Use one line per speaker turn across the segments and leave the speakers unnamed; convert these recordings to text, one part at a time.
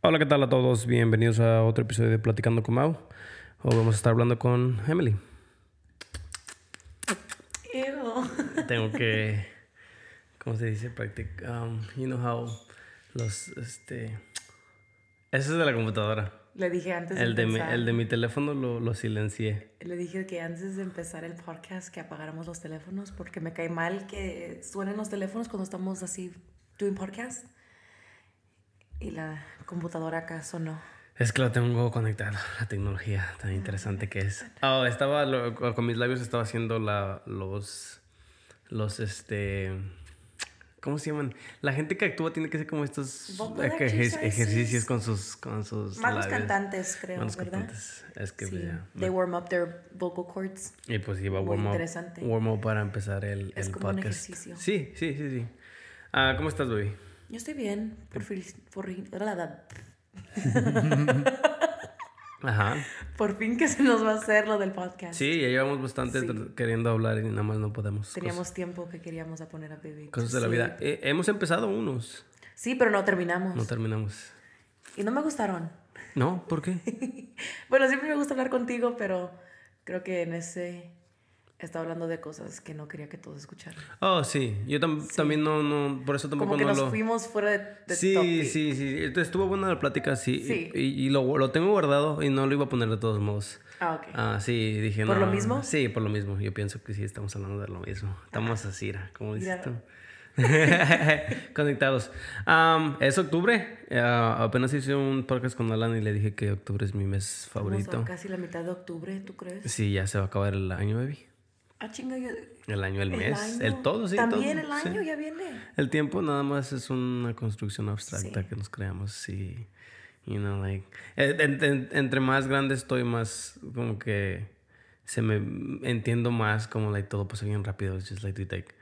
Hola, ¿qué tal a todos? Bienvenidos a otro episodio de Platicando con Mau. Hoy vamos a estar hablando con Emily. Tengo que, ¿cómo se dice? Practicar. Um, you know how los, este... Ese es de la computadora.
Le dije antes de
El de, mi,
empezar.
el de mi teléfono lo, lo silencié.
Le dije que antes de empezar el podcast que apagáramos los teléfonos porque me cae mal que suenen los teléfonos cuando estamos así doing podcast. Y la computadora acá sonó.
Es que la tengo conectada, la tecnología tan interesante que es. Ah, estaba, lo- con mis labios estaba haciendo la, los, los, este, ¿cómo se llaman? La gente que actúa tiene que hacer como estos
Vocal
ejer-
exercises.
ejercicios con sus, con sus
Más los
labios.
cantantes, creo,
Manos
¿verdad?
cantantes. Es que
Sí.
pues, ya.
They warm up their vocal cords.
Y pues iba
Muy
warm up,
interesante.
warm up para empezar el,
Es
el
como un
podcast.
ejercicio.
Sí, sí, sí, sí. Ah, ¿Cómo estás, baby?
Yo estoy bien.
Em.
Por, fin- por, fin-
Ajá.
por fin que se nos va a hacer lo del podcast.
Sí, ya llevamos bastante tr- queriendo hablar y nada más no podemos.
Teníamos tiempo que queríamos a poner a Baby.
Cosas de la vida. Eh, hemos empezado unos,
Sí, pero no terminamos.
no terminamos.
y no me gustaron.
No, ¿por qué?
Bueno, siempre me gusta hablar contigo, pero creo que en ese estaba hablando de cosas que no quería que todos escucharan.
Oh, sí. Yo tam- también no, no, por eso tampoco
Como que
no
nos
lo...
fuimos fuera de, de
sí,
topic.
sí, sí. Entonces, Estuvo buena la plática, sí.
Sí.
Y, y lo, lo tengo guardado y no lo iba a poner de todos modos.
Ah, ok.
Ah, sí, dije
¿Por
no,
lo mismo?
Sí, por lo mismo. Yo pienso que sí, estamos hablando de lo mismo. Estamos así, ¿ra? como dices
Mira.
tú. Conectados. Am, es octubre. Ah, apenas hice un podcast con Alan y le dije que octubre es mi mes
Vamos a
favorito.
casi la mitad de octubre, ¿tú crees?
Sí, ya se va a acabar el año, baby.
Ah, chinga, yo...
El año, el, mes,
año.
el todo, sí.
También
todo,
el
sí.
año ya viene.
El tiempo nada más es una construcción abstracta que nos creamos y, you know, like, en- en- en- entre más grande estoy, más como que se me entiendo más como like todo pasa bien rápido, it's just like, like,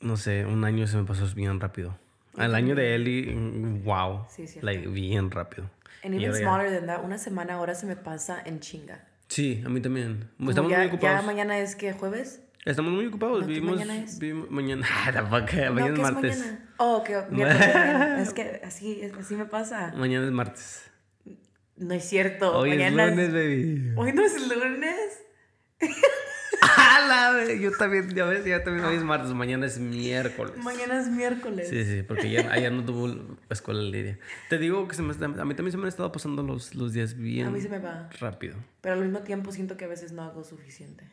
no sé, un año se me pasó bien rápido. Al año de Eli, mm, wow,
Sí, cierto.
like bien rápido.
And
Y
even
ahora ya-
smaller than that, una semana ahora se me pasa en chinga.
Sí, a mí también. Pues
Como
Estamos
ya,
muy
ya
ocupados.
mañana es que jueves.
Estamos muy ocupados.
No, ¿qué
vivimos,
mañana es?
vivimos- mañana. Tampoco, mañana
no,
es
¿qué es
martes.
mañana? Oh, que miércoles. es que así, así me pasa.
Mañana es martes.
No es cierto.
Hoy
mañana
es lunes, baby.
Hoy no es lunes.
¡Hala! Yo también, ya ves, ya también hoy es martes, mañana es miércoles.
Mañana es miércoles.
pues. Sí, sí, porque ayer, ayer no tuvo escuela Lidia. Te digo que se me está- a mí también se me han estado pasando los, los días bien
A mí se me va.
rápido.
Pero al mismo tiempo siento que a veces no hago suficiente.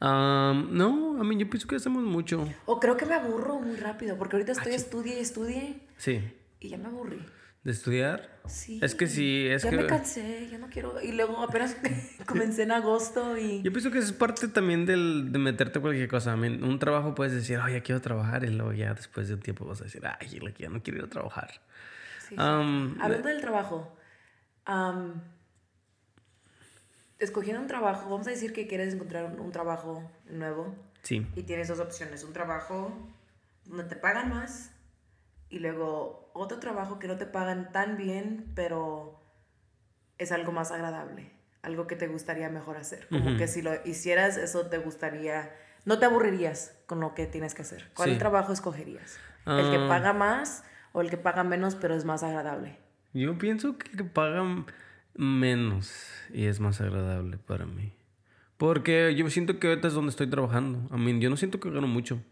Am, no, a mí yo pienso que hacemos mucho.
O creo que me aburro muy rápido, porque ahorita
Ah,
estoy estudie y estudie
Sí,
y ya me aburrí.
de estudiar.
Sí.
Es que sí, es
ya
que...
me cansé, ya no quiero. Y luego apenas comencé en agosto y.
Yo pienso que eso es parte también del, de meterte a cualquier cosa. I mean, un trabajo puedes decir, ay, ya quiero trabajar, y luego ya después de un tiempo vas a decir, ay, la que ya no quiero ir a trabajar.
Sí, sí.
Am, eh,
Hablando del trabajo. am, escogiendo un trabajo, vamos a decir que quieres encontrar un- un trabajo nuevo.
sí.
Y tienes dos opciones, un trabajo donde te pagan más y luego otro trabajo que no te pagan tan bien, pero es algo más agradable, algo que te gustaría mejor hacer. Como que si lo hicieras, eso te gustaría, no te aburrirías con lo que tienes que hacer. ¿Cuál
Sí.
trabajo escogerías? ¿El que
Ah.
paga más o el que paga menos, pero es más agradable?
Yo pienso que que pagan menos y es más agradable para mí. Porque yo siento que ahorita es donde estoy trabajando. A mí, yo no siento que gano mucho.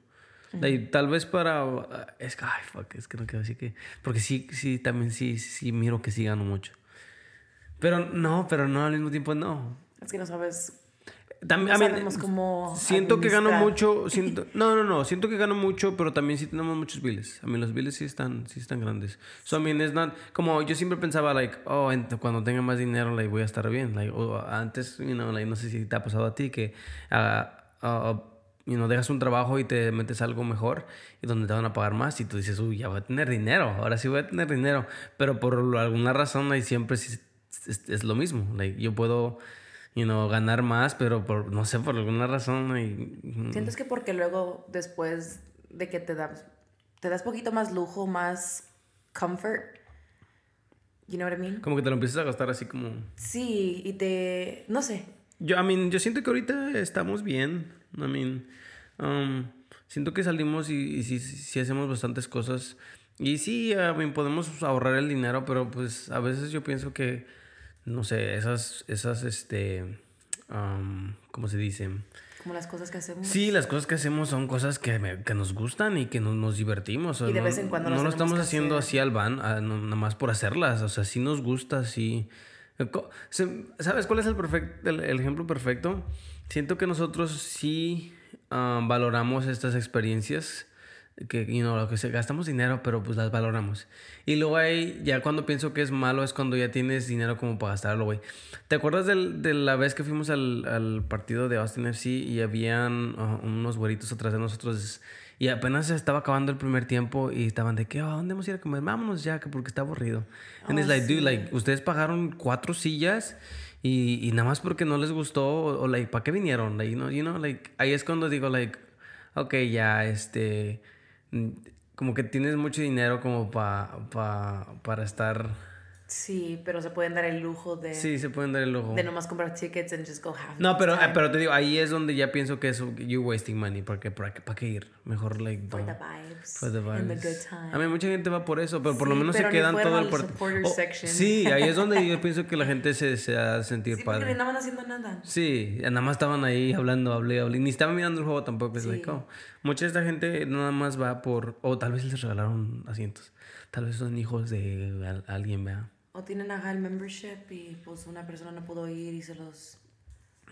Like, tal vez para... ah, Es que, ay, fuck, es que no quiero decir que... Porque sí, sí, también sí, sí, miro que sí gano mucho. Pero no, pero no, al mismo tiempo no.
Es que no sabes,
También,
no
I mean,
sabemos cómo
Siento que gano
administrar.
mucho, siento, no, no, no, siento que gano mucho, pero también sí tenemos muchos biles. A mí los biles sí están, sí están grandes. So, I mean, it's not, como yo siempre pensaba, like, oh, en- cuando tenga más dinero, like, voy a estar bien. Like, oh, antes, you know, like, no sé si te ha pasado a ti que, ah, ah, you know, dejas un trabajo y te metes a algo mejor y donde te van a pagar más y tú dices, uy, ya voy a tener dinero, ahora sí voy a tener dinero. Pero por alguna razón, like, siempre sí es, es- es lo mismo. Like, yo puedo... You know, ganar más, pero por, no sé, por alguna razón. like,
Sientes que porque luego, después de que te das, te das poquito más lujo, más comfort, you know what I mean?
Como que te lo empiezas a gastar así como...
Sí, y te, no sé,
Yo, I mean, yo siento que ahorita estamos bien. I mean, um, siento que salimos y, y sí, sí- sí hacemos bastantes cosas. Y sí, I mean, podemos ahorrar el dinero, pero pues a veces yo pienso que, no sé, esas, esas, este, um, ¿cómo se dice?
Como las cosas que hacemos.
Sí, las cosas que hacemos son cosas que, me- que nos gustan y que no- nos divertimos. o
Y de
no-
vez en cuando
No
las
lo
tenemos
estamos
que
haciendo
hacer.
así al van, a- no- nada más por hacerlas. O sea, sí nos gusta, sí. Co- se- ¿Sabes cuál es el, perfec- el, el ejemplo perfecto? Siento que nosotros sí ah, valoramos estas experiencias. Que, you know, lo que se, gastamos dinero, pero pues las valoramos. Y luego ahí, ya cuando pienso que es malo, es cuando ya tienes dinero como para gastarlo, güey. ¿Te acuerdas del- de la vez que fuimos al, al partido de Austin FC y habían ah, unos güeritos atrás de nosotros? Y apenas se estaba acabando el primer tiempo y estaban de que, "Oh, ¿a dónde vamos a ir a comer? Vámonos ya, que porque está aburrido. And it's like, dude, like, ustedes pagaron cuatro sillas y, y nada más porque no les gustó o, o, like, ¿para qué vinieron? Like, you know, you know, like, ahí es cuando digo, like, ok, ya, este, mm, como que tienes mucho dinero como pa, pa- para estar,
Sí, pero se pueden dar el lujo de,
sí, se pueden dar el ojo.
de nomás comprar tickets and just go have
No,
it.
pero, eh, pero te digo, ahí es donde ya pienso que es you wasting money, porque para qué, para qué ir, mejor like
For
no.
the vibes.
For the
And the
vibes.
good time.
A mí mucha gente va por eso, pero por lo
Sí,
menos
pero
se
ni
quedan
fueron
todo
al
el partido.
supporter section.
sí, ahí es donde yo pienso que la gente se, se ha de sentir
sí, porque no
padre.
andaban haciendo nada.
Sí, nada más estaban ahí hablando, hablé, hablé. Ni estaban mirando el juego tampoco. Es
Sí.
like, oh. Mucha de esta gente nada más va por. O tal vez les regalaron asientos. Tal vez son hijos de al- alguien, vea.
O tienen ajá el membership y pues una persona no pudo ir y se los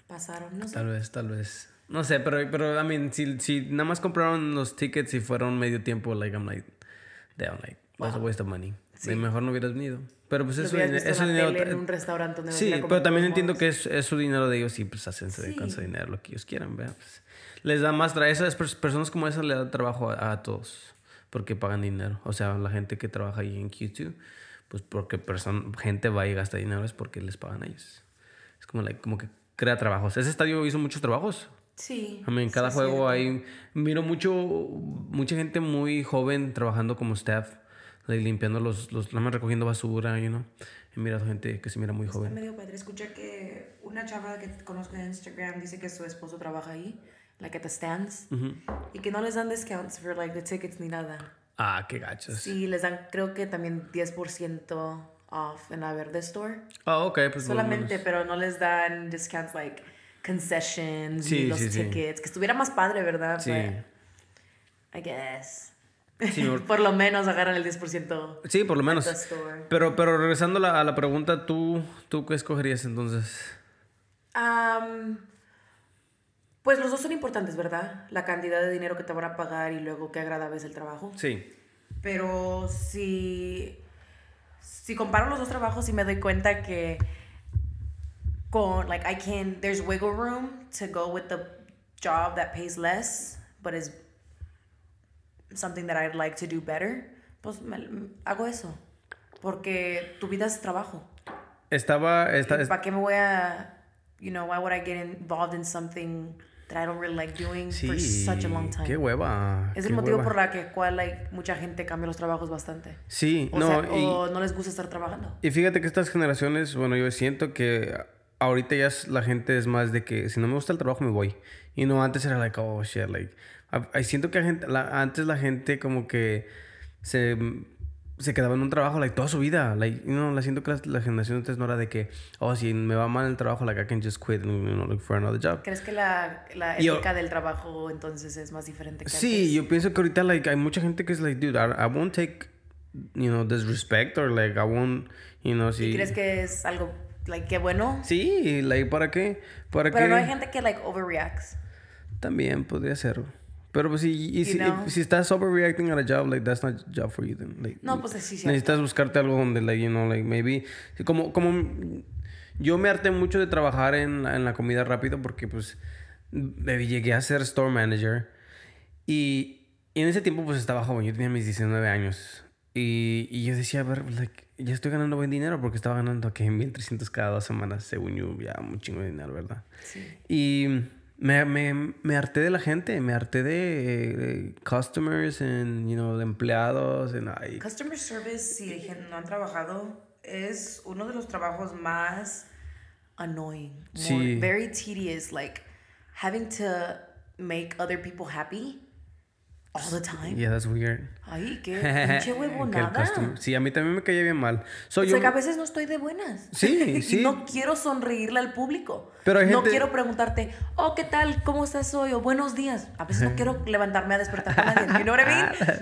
pasaron. No sé.
Tal vez, tal vez. No sé, pero, pero I mean, si, si nada más compraron los tickets y fueron medio tiempo, like, I'm like, damn, like, that's a waste of money. Y Mejor no hubieras venido. Pero pues
Lo
eso,
hubieras
dine-
visto
eso
en la
dinero.
tele,
ta-
en un restaurante donde
Sí,
vas a ir a
pero
comer
también
con
entiendo
monos.
que es, es su dinero de ellos y pues hacen su- con su
Sí.
dinero lo que ellos quieran, ¿verdad? Pues, les da más trabajo. Esas pers- personas como esas le dan trabajo a, a todos porque pagan dinero. O sea, la gente que trabaja ahí en Q2, pues porque person- gente va y gasta dinero es porque les pagan a ellos. Es como, like, como que crea trabajos. Ese estadio hizo muchos trabajos.
Sí.
I mean,
sí,
cada
es
juego
cierto.
hay. Miro mucho, mucha gente muy joven trabajando como staff, like, limpiando los, los, nada más recogiendo basura, you know. He mirado gente que se mira muy
Está
joven.
medio padre. Escuché que una chava que conozco en Instagram dice que su esposo trabaja ahí, like at the stands, y que no les dan discounts for like the tickets ni nada.
Ah, qué gachos.
Sí, les dan creo que también 10% off en la verde store.
Ah, ok, pues por lo
Solamente,
menos.
pero no les dan discounts like concessions
Sí,
y los
sí, sí.
tickets. Que estuviera más padre, ¿verdad?
Sí.
But I guess.
Sí, mejor-
Por lo menos agarran el 10%
sí, por lo menos.
the store.
Pero, pero regresando a la, a la pregunta, ¿tú, ¿tú qué escogerías entonces?
Am, pues los dos son importantes, ¿verdad? La cantidad de dinero que te van a pagar y luego qué agradable es el trabajo.
Sí.
Pero si, si comparo los dos trabajos y me doy cuenta que con, like, I can, there's wiggle room to go with the job that pays less, but is something that I'd like to do better, pues me- hago eso. Porque tu vida es trabajo.
Estaba. esta-
¿Para qué me voy a, you know, why would I get involved in something that I don't really like doing
sí.
for such a long time?
Qué hueva.
es
qué
el motivo
hueva.
por la que cual like, mucha gente cambia los trabajos bastante.
Sí,
O,
no.
sea,
y...
o no les gusta estar trabajando.
Y fíjate que estas generaciones, bueno, yo siento que ahorita ya es- la gente es más de que si no me gusta el trabajo me voy. Y no, antes era like, oh shit, like. I, I siento que la gente- la- antes la gente como que se, se quedaba en un trabajo like toda su vida. Like, you know, la siento que la, la generación antes no era de que, oh, si me va mal el trabajo, like I can just quit and you know, look for another job.
¿Crees que la, la
Yo-
ética del trabajo entonces es más diferente que
Sí, yo pienso que ahorita like hay mucha gente que es like, dude, I, I won't take you know disrespect or like I won't, you know,
antes?
si
¿Crees que es algo like qué bueno?
Sí, like, ¿para qué? ¿Para
Pero
qué?
no hay gente que like overreacts.
También podría ser. Pero pues, si, y si,
know?
if- si estás overreacting at a job, like, that's not a job for you then. Like,
No, pues sí, sí.
necesitas buscarte algo donde, like, you know, like, maybe... Como, como yo me harté mucho de trabajar en la, en la comida rápido porque, pues, me llegué a ser store manager. Y, y en ese tiempo, pues, estaba joven. Yo tenía mis 19 años. Y, y yo decía, a ver, like, ya estoy ganando buen dinero porque estaba ganando, que 1.300 cada dos semanas, según yo, ya un chingo de dinero, ¿verdad?
Sí.
Y me, me, me harté de la gente, me harté de, eh, de customers, and, you know, de empleados. And, ay,
Customer service, si hay gente- no han trabajado, es uno de los trabajos más annoying. more-
Sí.
Very tedious, like having to make other people happy all the time.
Yeah, that's weird.
Ay, qué pinche
Que el
huevonada.
costume- Sí, a mí también me caía bien mal. So,
O
yo,
sea, que a veces no estoy de buenas.
Sí,
Y
sí.
no quiero sonreírle al público.
Pero hay
no
gente-
quiero preguntarte, oh, ¿qué tal? ¿Cómo estás hoy? O buenos días. A veces no quiero levantarme a despertar con nadie. You know what I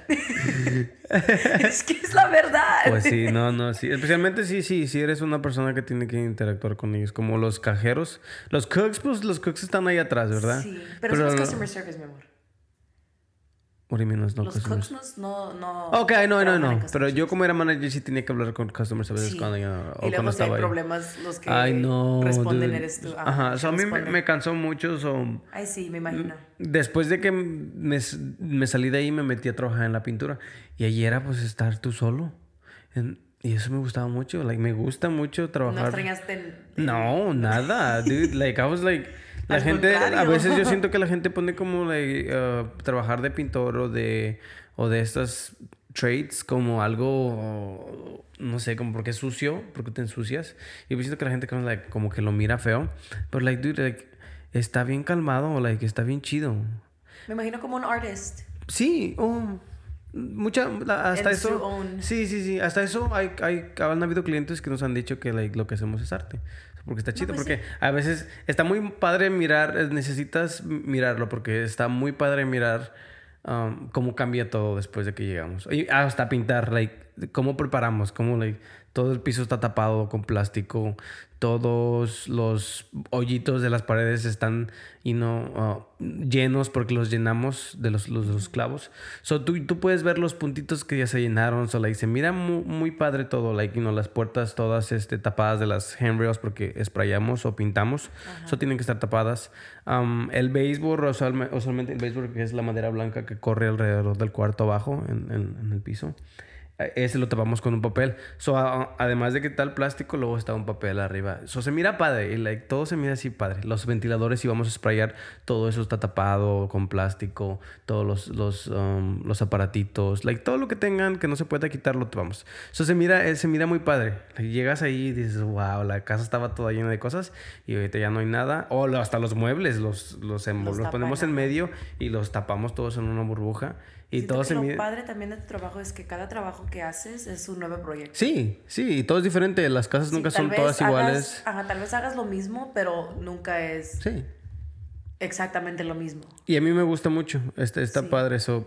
mean? es que es la verdad.
Pues sí, no, no, sí. Especialmente si sí, sí, eres una persona que tiene que interactuar con ellos, como los cajeros. Los cooks, pues los cooks están ahí atrás, ¿verdad?
Sí, pero, somos
no-
customer service, mi amor.
What do you mean, no, no
Los
customer-
cooks nos- no, no.
Ok, no, no,
trabajan en
no.
customer
Pero yo como era manager sí tenía que hablar con customer service
Sí.
cuando yo-
y
o
luego
cuando
si hay
estaba ahí.
problemas, los que
Ay, no.
responden
dude.
eres tú.
Ajá, so, a mí me,
responden.
me cansó mucho. so,
Ay, sí, me imagino.
Después de que me, me salí de ahí, me metí a trabajar en la pintura. Y ahí era pues estar tú solo. En- y eso me gustaba mucho. Like, me gusta mucho
No
trabajar.
extrañaste
No, nada, dude. Like, I was like. La
Al
gente, a
contrario.
veces yo siento que la gente pone como like, uh, trabajar de pintor o de, o de estas traits como algo, no sé, como porque es sucio, porque te ensucias. Y yo siento que la gente como, like, como que lo mira feo. Pero, like, dude, like, está bien calmado, like, está bien chido.
Me imagino como un artist.
Sí, oh, mucha, la- hasta
En
eso.
su own.
Sí, sí, sí, hasta eso hay, hay, han habido clientes que nos han dicho que like, lo que hacemos es arte. Porque está chido,
pues
porque a veces está muy padre mirar, eh, necesitas mirarlo, porque está muy padre mirar um, cómo cambia todo después de que llegamos. Y hasta pintar, like, cómo preparamos, cómo like, todo el piso está tapado con plástico, todos los hoyitos de las paredes están y no uh, llenos porque los llenamos de los, los, los clavos. So, tú, tú puedes ver los puntitos que ya se llenaron. So, like, se mira mu- muy, padre todo. Like, you know, las puertas todas este, tapadas de las handrails porque sprayamos o pintamos. So, tienen que estar tapadas. Um, el béisbol, usualme- usualmente el béisbol que es la madera blanca que corre alrededor del cuarto abajo en, en- en el piso. Eh, Ese lo tapamos con un papel. So, a- además de que tal plástico, luego está un papel arriba. So, se mira padre. Y, like, todo se mira así padre. Los ventiladores, si vamos a sprayar, todo eso está tapado con plástico. Todos los, los, um, los aparatitos. Like, todo lo que tengan que no se pueda quitar, lo tapamos. So, se mira, eh, se mira muy padre. Like, llegas ahí y dices, wow, la casa estaba toda llena de cosas. Y ahorita ya no hay nada. O lo- hasta los muebles los, los, em-
Los
los
tapan,
ponemos en
ajá.
medio y los tapamos todos en una burbuja. Y
Siento
todo
que
se
lo
mira.
padre también de tu trabajo es que cada trabajo que haces es un nuevo proyecto.
Sí, sí, y todo es diferente. Las casas Pues nunca
Sí, tal
son
vez
todas
hagas-
iguales.
Ajá, tal vez hagas lo mismo, pero nunca es
Sí.
exactamente lo mismo.
Y a mí me gusta mucho. Está, está
Sí.
padre eso.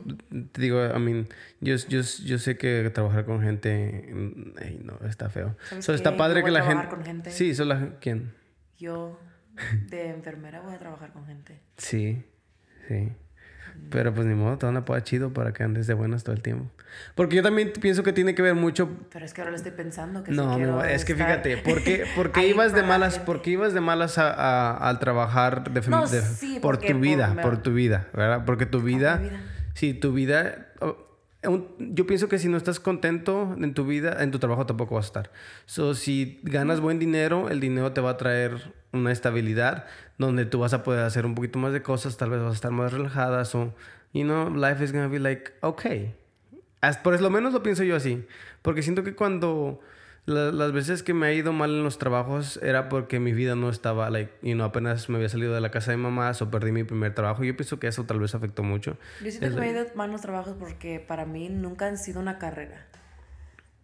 Te digo, I mean, yo, yo, yo sé que trabajar con gente. mm, ay, no, está feo.
¿Sabes
So, está
qué?
padre
Yo
que
voy a
la gente.
trabajar con gente.
Sí, so la- ¿Quién?
Yo de enfermera voy a trabajar con gente.
Sí, sí. Pero pues ni modo, te van a poner chido para que andes de buenas todo el tiempo. Porque yo también pienso que tiene que ver mucho
Pero es que ahora lo estoy pensando que
No,
sí
mi
quiero
amor, es que
estar
fíjate, ¿por qué, por qué
ahí
ibas de
para la
malas,
gente.
por qué ibas de malas a- a- al trabajar de, fem-
No,
de-
sí,
por
porque
tu
por-
vida,
me-
por tu vida, ¿verdad? Porque tu vida,
mi vida.
sí, tu vida, oh, un- yo pienso que si no estás contento en tu vida, en tu trabajo tampoco vas a estar. So, si ganas buen dinero, el dinero te va a traer una estabilidad donde tú vas a poder hacer un poquito más de cosas, tal vez vas a estar más relajada, so, you know, life is gonna be like, okay. As- Por lo menos lo pienso yo así. Porque siento que cuando. la- las veces que me ha ido mal en los trabajos era porque mi vida no estaba, like, you know, apenas me había salido de la casa de mamá, o perdí mi primer trabajo. Yo pienso que eso tal vez afectó mucho.
Yo siento que me he ido mal en los trabajos porque para mí nunca han sido una carrera.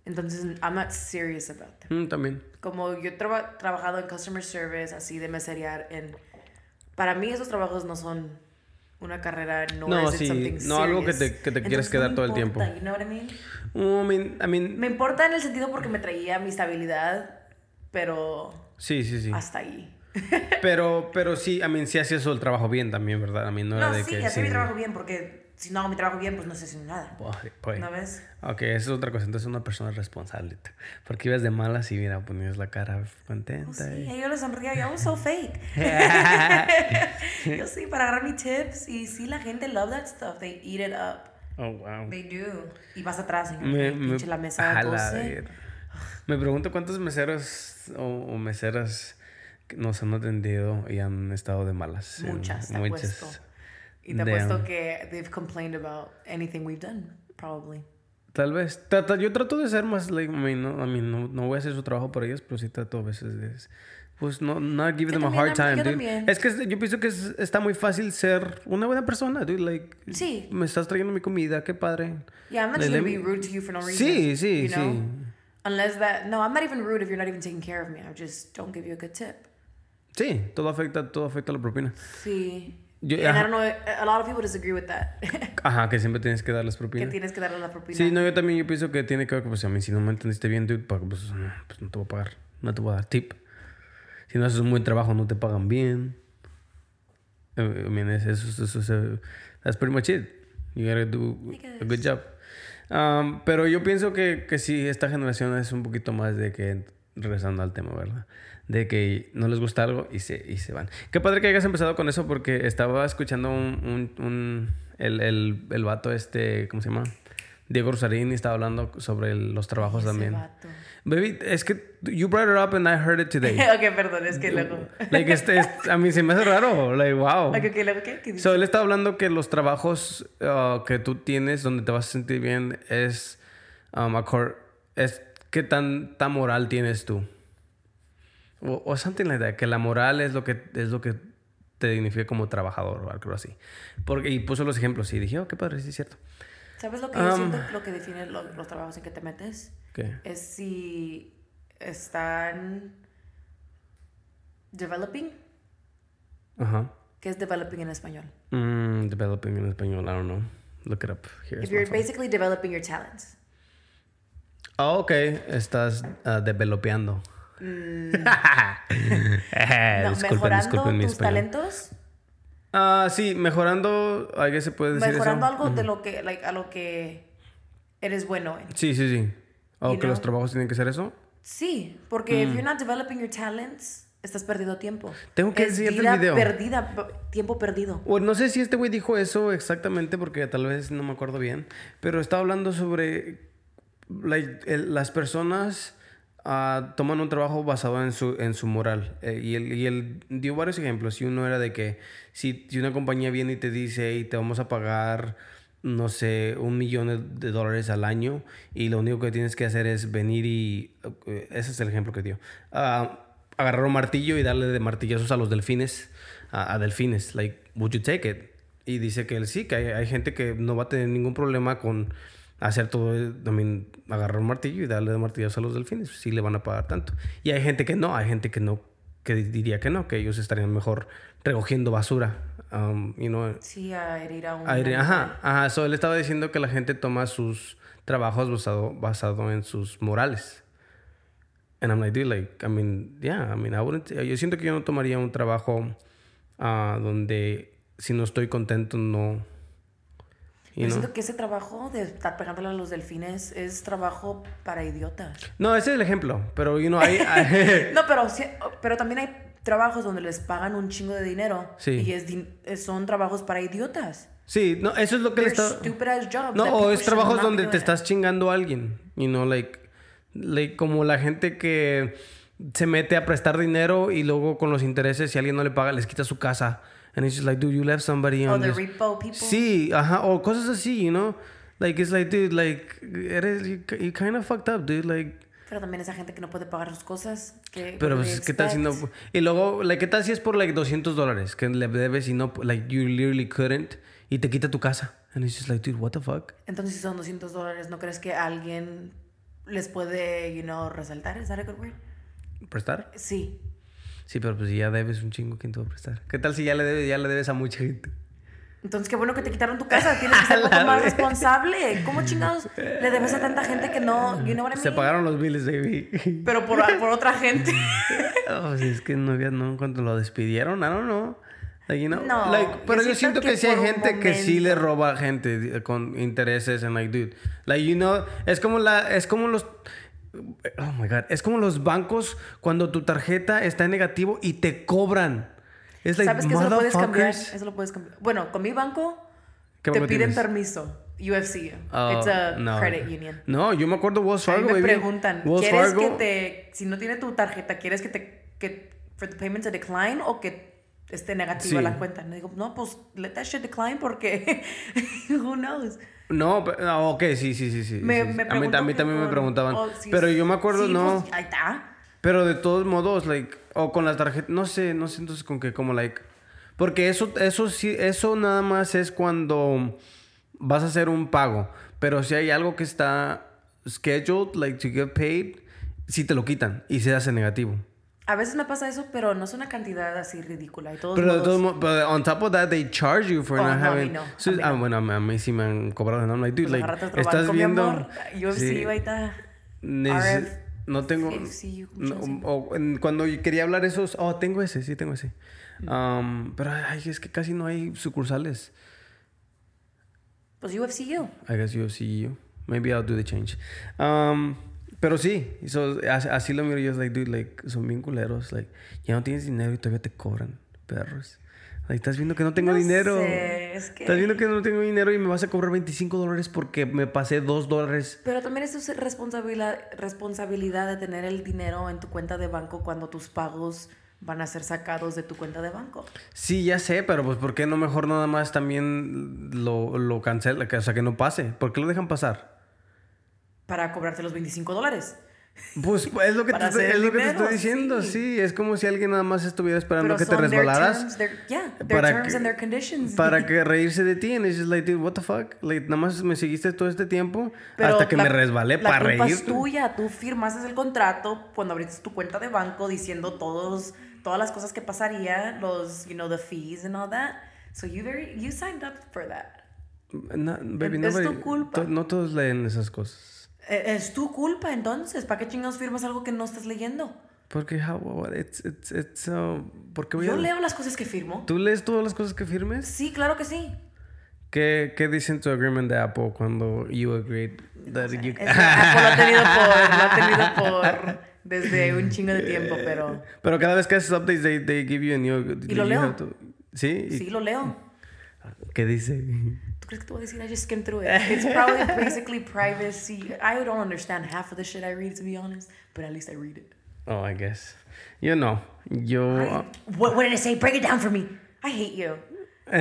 Entonces, I'm not serious about them.
Mm, también.
como yo he traba- trabajado en customer service, así de meserear, en... para mí esos trabajos no son una carrera, no,
No,
es
sí,
something
no algo
serious.
que te- que te quieres
Entonces,
quedar
me
todo el tiempo.
importa, you know what I mean?
Oh, I mean, I mean,
Me importa en el sentido porque me traía mi estabilidad, pero
sí, sí, sí.
hasta ahí.
Pero, pero sí, a mí sí hacía eso el trabajo bien también, ¿verdad? A mí no,
No,
era de
sí,
que.
hacer mi trabajo bien porque si no hago mi trabajo bien, pues no sé si nada.
Boy, boy.
¿No ves?
pues. Ok, eso es otra cosa. Entonces, una persona responsable. tú. Porque ibas de malas y mira, ponías la cara pues, contenta.
Oh, sí,
y-
ahí yo le sonría, yo, I'm so fake. yo sí, para agarrar mis tips. Y sí, la gente love that stuff. They eat it up.
Oh, wow.
They do. Y vas atrás, y
Me,
Eh, pinche
me-
la mesa pues,
a
de
la
12.
verga. Me pregunto cuántos meseros o, o meseras que nos han atendido y han estado de malas. en-
Muchas, te apuesto. Y te
Damn.
apuesto que they've complained about anything we've done, probably.
Tal vez. Trata- yo trato de ser más, like, I mean, no, I mean, no, no voy a hacer su trabajo por ellos, pero sí trato a veces de Pues no, not give
Yo
them a
también,
hard time,
yo
dude.
también.
Es que es- yo pienso que es- está muy fácil ser una buena persona, dude. Like,
Sí.
Me estás trayendo mi comida, qué padre.
Yeah, I'm not
Le-
just
le-
gonna be rude to you for no reason.
Sí, sí,
you know?
sí.
Unless that no, I'm not even rude if you're not even taking care of me. I just don't give you a good tip.
Sí, todo afecta, todo afecta a la propina.
Sí.
Yo-
and I
ajá.
don't know. A lot of people disagree with that.
Ajá, que siempre tienes que darles
que
propina.
tienes que darle la propina.
Sí, no, yo también yo pienso que tiene que ver con, pues, a mí si no me entendiste bien, dude, pa- pues no, pues, no te voy a pagar, no te voy a dar tip. Si no haces un buen trabajo, no te pagan bien. Eh, I mean, es- eso, eso, eso, eso- that's pretty much it. You gotta do a good job. Um, pero yo pienso que, que sí, esta generación es un poquito más de que, regresando al tema, ¿verdad? De que no les gusta algo y se, y se van. Qué padre que hayas empezado con eso porque estaba escuchando un, un, un- el, el, el vato este, ¿cómo se llama? Diego Rosarín y estaba hablando sobre el- los trabajos
Ese
pues, también.
vato.
Baby, es que you brought it up and I heard it today.
ok, perdón, es que luego.
like, este, es- a mí se me hace raro. Like, wow.
Ok, ok, luego qué? ¿Qué dices?
So, él está hablando que los trabajos uh, que tú tienes donde te vas a sentir bien es, um, acor- es qué tan, tan moral tienes tú. O, o something like that, que la moral es lo que, es lo que te dignifica como trabajador o algo así. Porque, y puso los ejemplos y dije, oh, qué padre, sí es cierto.
¿Sabes lo que
um,
yo siento? Lo que define lo- los trabajos en que te metes
¿Qué?
es si están developing,
Ajá.
que es developing en español.
Mm, developing en español, I don't know. Look it up here.
If you're basically developing your talents.
Ah, ok, estás ah, developeando.
No,
Eh, disculpen,
Mm. mejorando
disculpen mi
tus
español.
talentos,
Ah, sí, mejorando, ¿a qué se puede decir
mejorando
eso?
algo de lo que, like, a lo que eres bueno en.
Sí, sí, sí. ¿O
You
que los
know?
trabajos tienen que ser eso?
Sí, porque
Mm.
if you're not developing your talents, estás perdiendo tiempo.
Tengo que
Es
enseñarte el
vida
video.
perdida, p- tiempo perdido.
O no sé si este güey dijo eso exactamente porque tal vez no me acuerdo bien, pero estaba hablando sobre like, el- las personas ah, toman un trabajo basado en su, en su moral. Eh, y, él, y él dio varios ejemplos y uno era de que si, si una compañía viene y te dice y te vamos a pagar no sé, un millón de- de dólares al año y lo único que tienes que hacer es venir y... eh, Ese es el ejemplo que dio. Ah, agarrar un martillo y darle de martillazos a los delfines, a, a delfines. Like, would you take it? Y dice que él sí, que hay, hay gente que no va a tener ningún problema con hacer todo, también agarrar un martillo y darle de martillazos a los delfines, sí le van a pagar tanto. Y hay gente que no, hay gente que no, que diría que no, que ellos estarían mejor recogiendo basura, um, you know,
Sí, a herir a un...
Aire, ajá, ajá. So, él estaba diciendo que la gente toma sus trabajos basado, basado en sus morales. And I'm like, dude, like, I mean, yeah, I mean, I wouldn't- yo siento que yo no tomaría un trabajo ah, donde si no estoy contento, no. you
Yo
know.
siento Pues que ese trabajo de estar pegándole a los delfines es trabajo para idiotas.
No, ese es el ejemplo, pero, you know, ahí- ahí-
No, pero, sí- pero también hay trabajos donde les pagan un chingo de dinero.
Sí.
Y es din- son trabajos para idiotas.
sí, no, eso es lo que le
They're
estaba...
stupid as jobs.
No,
that
o
people
es
should
trabajos
not
donde
be
te
doing.
estás chingando a alguien. Y no, like, like, como la gente que se mete a prestar dinero y luego con los intereses, si alguien no le paga, les quita su casa. And it's just like, dude, you left somebody
O
on
the
this.
repo people.
Sí, ajá, o cosas así, you know? Like, it's like, dude, like, eres, you, you kind of fucked up, dude, like.
Pero también esa gente que no puede pagar sus cosas. Que,
Pero
what do
pues,
they
¿qué tal si no?
expect?
Y luego, like, ¿qué tal si es por, like, 200 dólares que le debes y no, like, you literally couldn't y te quita tu casa? And it's just like, dude, what the fuck?
Entonces, si son 200 dólares, ¿no crees que alguien les puede, you know, resaltar? ¿Es that a good word?
¿Prestar?
Sí.
Sí, pero pues si ya debes un chingo, ¿quién te va a prestar? ¿Qué tal si ya le debes, ya le debes a mucha gente?
Entonces, qué bueno que te quitaron tu casa. Tienes que ser un poco más responsable. ¿Cómo chingados le debes a tanta gente que no, you know what I
Se
mean?
pagaron los biles, baby.
Pero por, por otra gente.
oh, si es que no había, no, en cuanto lo despidieron, I don't know. Like, you know,
No,
like,
yo
pero yo siento
siento que
que sí hay
por un
gente que sí
momento.
le roba a gente eh, con intereses en like dude. Like you know, es como la es como los Oh my god, es como los bancos cuando tu tarjeta está en negativo y te cobran. Es like
¿Sabes que eso lo puedes cambiar?
motherfuckers.
Eso lo puedes cambiar. Bueno, con mi banco
¿Qué
te
banco
piden
tienes?
permiso. UFC.
Oh,
It's a
no.
credit union.
No, yo me acuerdo Wells
A mí
Fargo,
me
baby.
preguntan,
Wells
¿quieres
Fargo.
que te, si no tiene tu tarjeta, ¿quieres que te, que for the payment to decline o que esté negativa
Sí.
la cuenta? No digo, no, pues let that shit decline porque who knows.
No, pe- ah, ok, sí, sí, sí, sí.
Me,
sí, sí.
me
a, mí,
preguntó
a mí
que
también me
por-
preguntaban.
oh, sí,
pero yo me acuerdo,
sí,
no.
pues, ahí está.
Pero de todos modos, like, o con la tarjeta, no sé, no sé entonces con qué, como like. Porque eso, eso sí, eso nada más es cuando vas a hacer un pago. Pero si hay algo que está scheduled, like to get paid, sí te lo quitan y se hace negativo.
A veces me pasa eso, pero no es una cantidad así ridícula. De todos
Pero de
modos,
todos modos, but on top of that, they charge you for
Oh,
not
no, a mí
having.
no, a
So-
mí
ah,
no.
bueno, a mí, a mí sí me han cobrado. and I'm like, dude,
pues,
like,
agárrate otro
estás
banco, mi
viendo.
amor. UFC
Sí.
ahorita.
Neces-
RF,
no tengo.
FCU, ¿cómo se
no,
dice?
o- en- cuando yo quería hablar esos. Oh, tengo ese, sí, tengo ese. Um, pero ay, es que casi no hay sucursales.
Pues UFCU.
I guess you see you. Maybe I'll do the change. Um, pero sí, so, as- así lo miro yo. Es like, dude, like, son bien culeros. Like, ya no tienes dinero y todavía te cobran, perros. Like, estás viendo que no tengo
No
dinero.
sé, es que-
Estás viendo que no tengo dinero y me vas a cobrar 25 dólares porque me pasé 2 dólares.
Pero también es tu responsabilidad, responsabilidad de tener el dinero en tu cuenta de banco cuando tus pagos van a ser sacados de tu cuenta de banco.
Sí, ya sé, pero pues ¿por qué no mejor nada más también lo, lo cancela? Que, o sea, que no pase. ¿Por qué lo dejan pasar?
Para cobrarte los 25 dólares.
Pues es lo que, te,
Para
estoy-
hacer
es lo que te
dinero,
estoy diciendo, sí.
sí.
Es como si alguien nada más estuviera esperando que te
son their
resbalaras.
terms, their- yeah, their
para
terms
que-
and their conditions.
para que reírse de ti. And it's just like, dude, what the fuck? Like, nada más me seguiste todo este tiempo
Pero
hasta que
la-
me resbalé
la
para
culpa
reír.
es tuya. Tú firmaste el contrato cuando abriste tu cuenta de banco diciendo todos, todas las cosas que pasarían, los, you know, the fees and all that. So you very, you signed up for that.
No, baby,
Es tu
nobody-
culpa.
to- no todos leen esas cosas.
Eh, Es tu culpa entonces. ¿Para qué chingados firmas algo que no estás leyendo?
Porque, how, what- it's, it's, it's, uh, ¿por qué voy
Yo
a-
leo las cosas que firmo.
¿Tú lees todas las cosas que firmes?
Sí, claro que sí.
¿Qué, qué dicen tu agreement de Apple cuando you agreed that you...
Es que Apple lo ha tenido por, lo ha tenido por desde un chingo de tiempo, pero
Pero cada vez que haces updates, they, they give you a new...
Y lo
you
leo.
have to- ¿Sí? ¿Y
sí lo leo.
¿Qué dice?
¿Tú crees que te voy a decir? I just skimmed through it. It's probably basically privacy. I don't understand half of the shit I read, to be honest, but at least I read it.
Oh, I guess. Yo no. Yo...
What, what did it say? Break it down for me. I hate you. A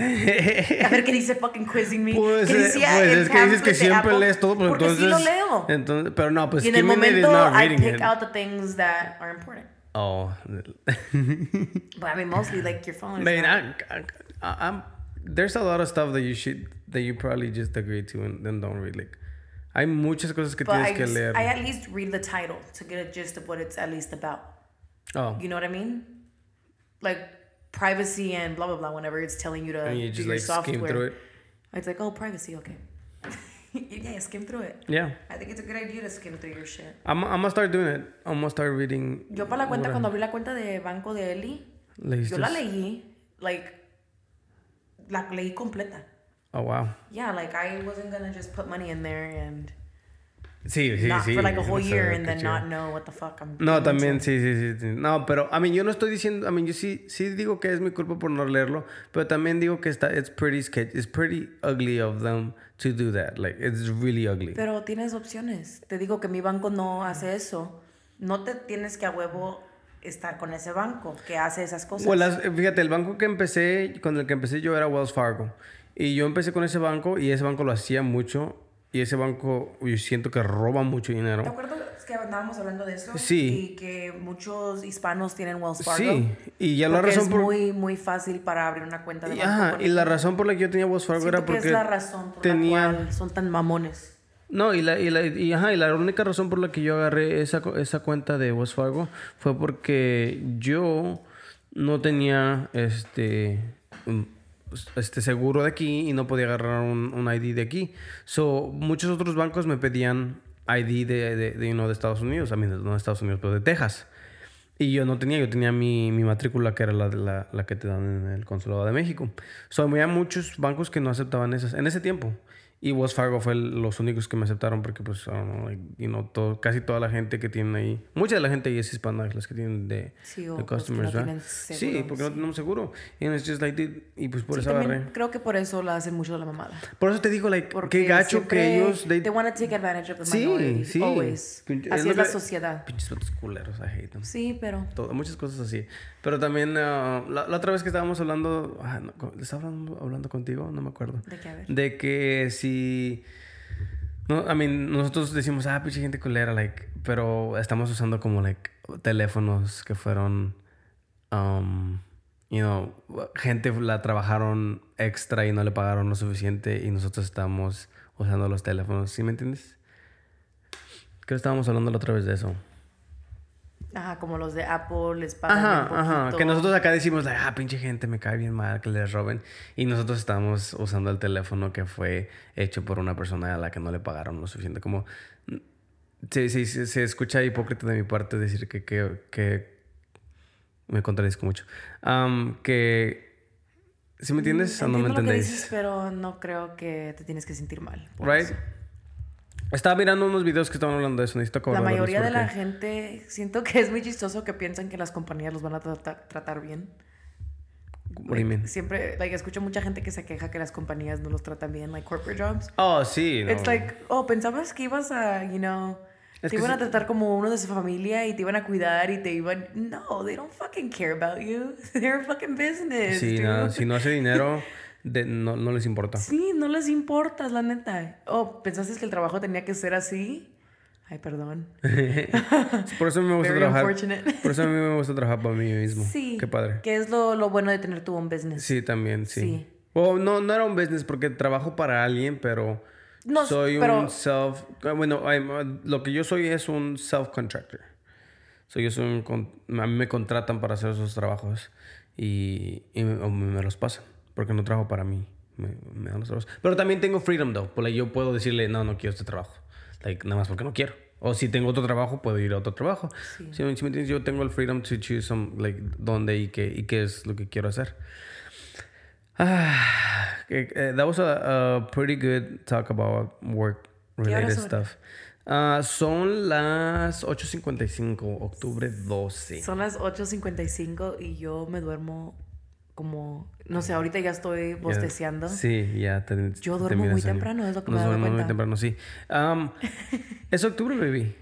ver qué dice fucking quizzing me.
Pues,
¿Qué
eh,
decía
pues,
el
es que dices
pamphlet
que
de
siempre
Apple?
lees todo, pues
Porque
entonces.
sí lo leo.
entonces- pero no, pues
Y en el
skimming it is
momento,
not
I
reading
pick
it.
out the things that are important.
Oh.
But I mean, mostly like your phone.
I
is
mean,
not-
I, I, I, am There's a lot of stuff that you should. That you probably just agree to and then don't read. Like, hay muchas cosas que
but
tienes
I,
que
just-
leer.
I at least read the title to get a gist of what it's at least about.
oh.
You know what I mean? Like privacy and blah blah blah. Whenever it's telling you to
And you
do
just
your
like
software,
skim through it.
it's like oh privacy, okay. yeah, skim through it.
Yeah.
I think it's a good idea to skim through your shit.
I'm, I'm gonna start doing it. I'm gonna start reading.
Yo para la
what
cuenta
I-
cuando abrí la cuenta de banco de Eli, yo
¿Leíste?
la leí, like la leí completa.
Oh, wow.
Yeah, like I wasn't gonna just put money in there and
Sí, sí,
not
sí.
for like a whole
o sea,
year and
qué
then
chido.
not know what the fuck I'm.
No,
doing
también,
to-
sí, sí, sí, sí. No, pero, a mí, yo no estoy diciendo, a mí, yo sí, sí digo que es mi culpa por no leerlo, pero también digo que está, it's pretty sketch, it's pretty ugly of them to do that. Like, it's really ugly.
Pero tienes opciones. Te digo que mi banco no hace eso. No te tienes que a huevo estar con ese banco que hace esas cosas.
Well, las- fíjate, el banco que empecé, con el que empecé yo era Wells Fargo. Y yo empecé con ese banco y ese banco lo hacía mucho. Y ese banco, yo siento que roba mucho
¿Te
dinero.
acuerdas que andábamos hablando de eso?
Sí.
Y que muchos hispanos tienen Wells Fargo.
Sí, y ya la
Porque
razón
es
por...
muy, muy fácil para abrir una cuenta de
y-
banco.
ajá,
con
y la razón por la que yo tenía Wells Fargo
Siento
era
que
porque
es la razón por
tenía...
la cual son tan mamones.
No, y la, y, la, y, ajá, y la única razón por la que yo agarré esa, co- esa cuenta de Wells Fargo fue porque yo no tenía este, un- este seguro de aquí y no podía agarrar un, un ID de aquí. So, muchos otros bancos me pedían ID de, de, de, you know, de Estados Unidos, a mí no de Estados Unidos, pero de Texas. Y yo no tenía, yo tenía mi, mi matrícula que era la, de la, la que te dan en el Consulado de México. So, había muchos bancos que no aceptaban esas en ese tiempo. Y Wells Fargo fue el- los únicos que me aceptaron porque, pues, I don't know, like, you know, todo- casi toda la gente que tiene ahí, mucha de la gente ahí es hispana, las que tienen de,
Sí,
de
o los que no
customers, ¿verdad?
tienen
sí,
seguro,
porque no
sí.
tenemos seguro. Y it's just like, dude, y pues por
Sí,
eso
también
agarré.
creo que por eso la hacen mucho la mamada.
Por eso te digo, like,
Porque
qué gacho que
siempre
ellos. they-
They want to take advantage of the
Sí,
minority.
sí.
Always.
Pinche- es
Así
lo
es la
que-
sociedad.
Pinches vatos culeros, I hate them.
Sí, pero...
todo- muchas cosas así. Pero también ah, la, la otra vez que estábamos hablando, ah, no, co- ¿estaba hablando, hablando contigo? No me acuerdo.
¿De qué? A ver.
De que si... No, I mean, nosotros decimos, ah, pinche gente culera, like, pero estamos usando como, like, teléfonos que fueron, um, you know, gente la trabajaron extra y no le pagaron lo suficiente y nosotros estamos usando los teléfonos, ¿sí me entiendes? Creo que estábamos hablando la otra vez de eso.
Ajá, como los de Apple, les pagan
Ajá,
un poquito.
ajá. Que nosotros acá decimos, like, ah, pinche gente, me cae bien mal que les roben. Y nosotros estamos usando el teléfono que fue hecho por una persona a la que no le pagaron lo suficiente. Como. mm, Sí, sí, sí, se escucha hipócrita de mi parte decir que. que, que- me contradisco mucho. Am, que. ¿Sí me entiendes? ¿O no me
Mm, Entiendo lo que
entendéis?
dices, pero no creo que te tienes que sentir mal. por
Right?
eso.
Estaba mirando unos videos que estaban hablando de eso. Necesito
La
acordarlos
mayoría de la
porque-
gente siento que es muy chistoso que piensan que las compañías los van a tratar, tratar bien.
What do you mean?
Siempre, like, escucho mucha gente que se queja que las compañías no los tratan bien, like corporate jobs.
Oh, sí. no.
It's like, oh, pensabas que ibas a, you know,
Es
te
que
iban a
sí-
tratar como uno de su familia y te iban a cuidar y te iban. No, they don't fucking care about you. They're a fucking business.
Sí,
dude.
no, si no hace dinero, de- no, no les importa.
Sí, no les importas, la neta. Oh, pensaste que el trabajo tenía que ser así. Ay, perdón.
Por eso me gusta
Very
trabajar.
unfortunate.
Por eso a mí me gusta trabajar para mí mismo.
Sí.
Qué padre.
Que es lo, lo bueno de tener tu own business.
Sí, también, sí.
Sí.
O no, no era un business porque trabajo para alguien, pero
No,
soy
pero-
un self. ah, Bueno, I'm, ah, lo que yo soy es un self contractor. So, yo soy un con- a mí me contratan para hacer esos trabajos y, y me, o me los pasan porque no trabajo para mí. Me, me dan los trabajos. Pero también tengo freedom, though. Porque yo puedo decirle, no, no quiero este trabajo. Like, nada más porque no quiero. O si tengo otro trabajo, puedo ir a otro trabajo. Sí. me sí me entiendes? Yo tengo el freedom to choose some, like, dónde y qué, y qué es lo que quiero hacer. Ah, eh, eh, that was a, a pretty good talk about work related
son?
stuff. Ah, son las 8.55, octubre 12.
Son las 8.55 y yo me duermo como. No sé, ahorita ya estoy bosteceando.
Sí, ya. te-
Yo duermo
termina
muy
sueño.
temprano, es lo que me
Nos
he dado
duermo muy
cuenta.
temprano, sí. Um, es octubre, baby.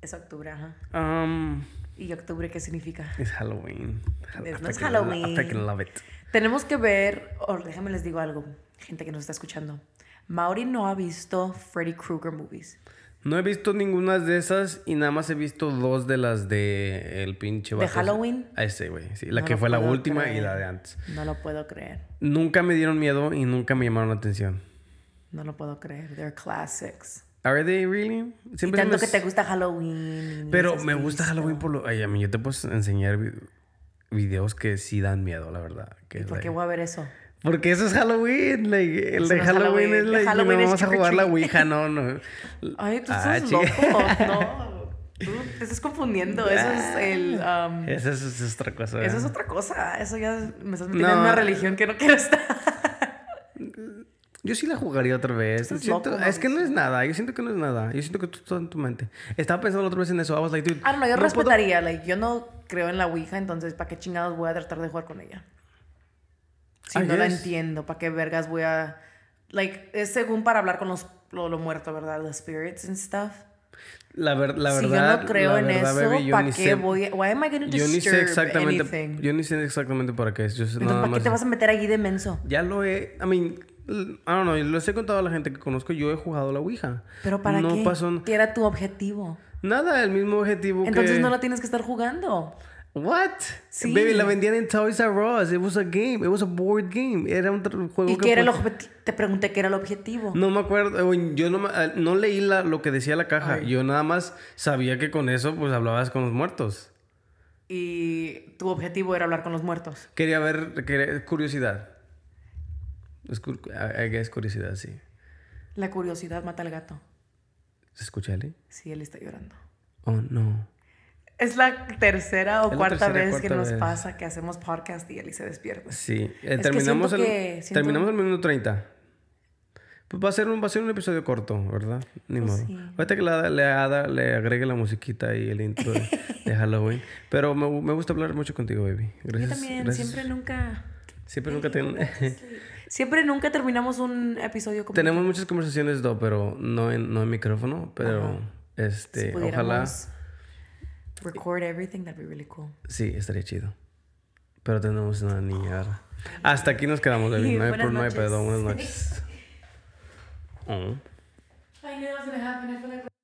Es octubre, ajá.
Um,
¿Y octubre qué significa?
es Halloween. I
Es-
fucking
no
lo- I
es Halloween.
fucking love it.
Tenemos que ver, o déjame les digo algo, gente que nos está escuchando. Mauri no ha visto Freddy Krueger movies.
No he visto ninguna de esas y nada más he visto dos de las de el pinche vato ese.
Halloween?
Ah, Ese, güey. Sí, la
No
que
lo
fue la
puedo
última y
creer.
la de antes.
No lo puedo creer.
Nunca me dieron miedo y nunca me llamaron la atención.
No lo puedo creer. They're classics.
¿Are they really?
Y
Siempre se
tanto
me-
que te gusta Halloween. y
Pero
esas
me gusta
cosas.
Halloween por lo... Ay, a mí yo te puedo enseñar vi- videos que sí dan miedo, la verdad. que,
¿Por qué
like-
voy a ver eso?
Porque eso es Halloween. like, el
Eso
de
no es
Halloween,
Halloween,
es
el
like,
Halloween
no,
es
vamos a
trick or
jugar la
treat.
Ouija, no, no.
Ay, tú
Ah,
estás
chinga.
loco. No. Tú te estás confundiendo. Eso es el. um,
Esa es, es otra cosa.
eso es
¿verdad?
otra cosa. Eso ya me estás metiendo en
No.
una religión que no quiero estar.
Yo sí la jugaría otra vez.
Estás
Siento-
loco,
es que no es nada. Yo siento que no es nada. Yo siento que tú estás en tu mente. Estaba pensando la otra vez en eso. I was like, dude,
Ah, no, yo
no puedo-
respetaría. Like, yo no creo en la Ouija, entonces, ¿para qué chingados voy a tratar de jugar con ella? Si
I
no la
guess.
entiendo, ¿para qué vergas voy a. Like, es según para hablar con los lo, lo muerto, ¿verdad? The spirits and stuff.
La, ver- la
si
verdad.
yo no creo
la
en
verdad,
eso,
baby, yo
¿para
ni
qué
sé-
voy a. Why am I gonna
Yo
disturb
ni sé exactamente.
anything?
Yo ni sé exactamente para qué es. Yo sé
Entonces,
nada
¿para qué
más.
te vas a meter allí de menso?
Ya lo he. I mean, l- I don't know. Los he contado a la gente que conozco. Yo he jugado la Ouija.
¿Pero para
no
qué?
pasó n-
¿Qué era tu objetivo?
nada. El mismo objetivo
Entonces
que.
no la tienes que estar jugando.
What?
Sí.
Baby, la vendían en Toys R Us. It was a game. It was a board game. Era un tr- juego
¿Y
que
qué era el
fue-
objetivo? Te pregunté qué era el objetivo.
No me acuerdo, eh, güey, yo no, me- eh, no leí la- lo que decía la caja, yo nada más sabía que con eso pues hablabas con los muertos.
Y tu objetivo era hablar con los muertos.
Quería ver, quería- curiosidad. Es, cur- I- I guess curiosidad, sí.
La curiosidad mata al gato.
¿Se escucha Eli?
Sí, él está llorando.
Oh, no.
Es la tercera o
Es la
cuarta
tercera,
vez que
cuarta
nos
vez.
pasa que hacemos podcast y Eli se despierta.
Sí, eh,
Es que
terminamos,
siento
el,
que- siento-
terminamos el minuto 30. Pues va a ser un, va a ser un episodio corto, ¿verdad? Ni
Pues
modo.
sí.
Ahorita que la- le, haga- le agregue la musiquita y el intro de, de Halloween. Pero me, me gusta hablar mucho contigo, baby. Gracias.
Yo también,
gracias.
siempre nunca.
Siempre nunca te...
Siempre nunca terminamos un episodio como.
Tenemos muchas conversaciones, do, pero no en, no en micrófono, pero este, ojalá
Record everything, that'd be really cool.
sí, estaría chido. Pero tenemos una niña. ahora. Hasta aquí nos quedamos, David. No hay,
Buenas
pro- no hay
noches.
pedo. Buenas noches. Oh.
I knew that was gonna happen. I feel like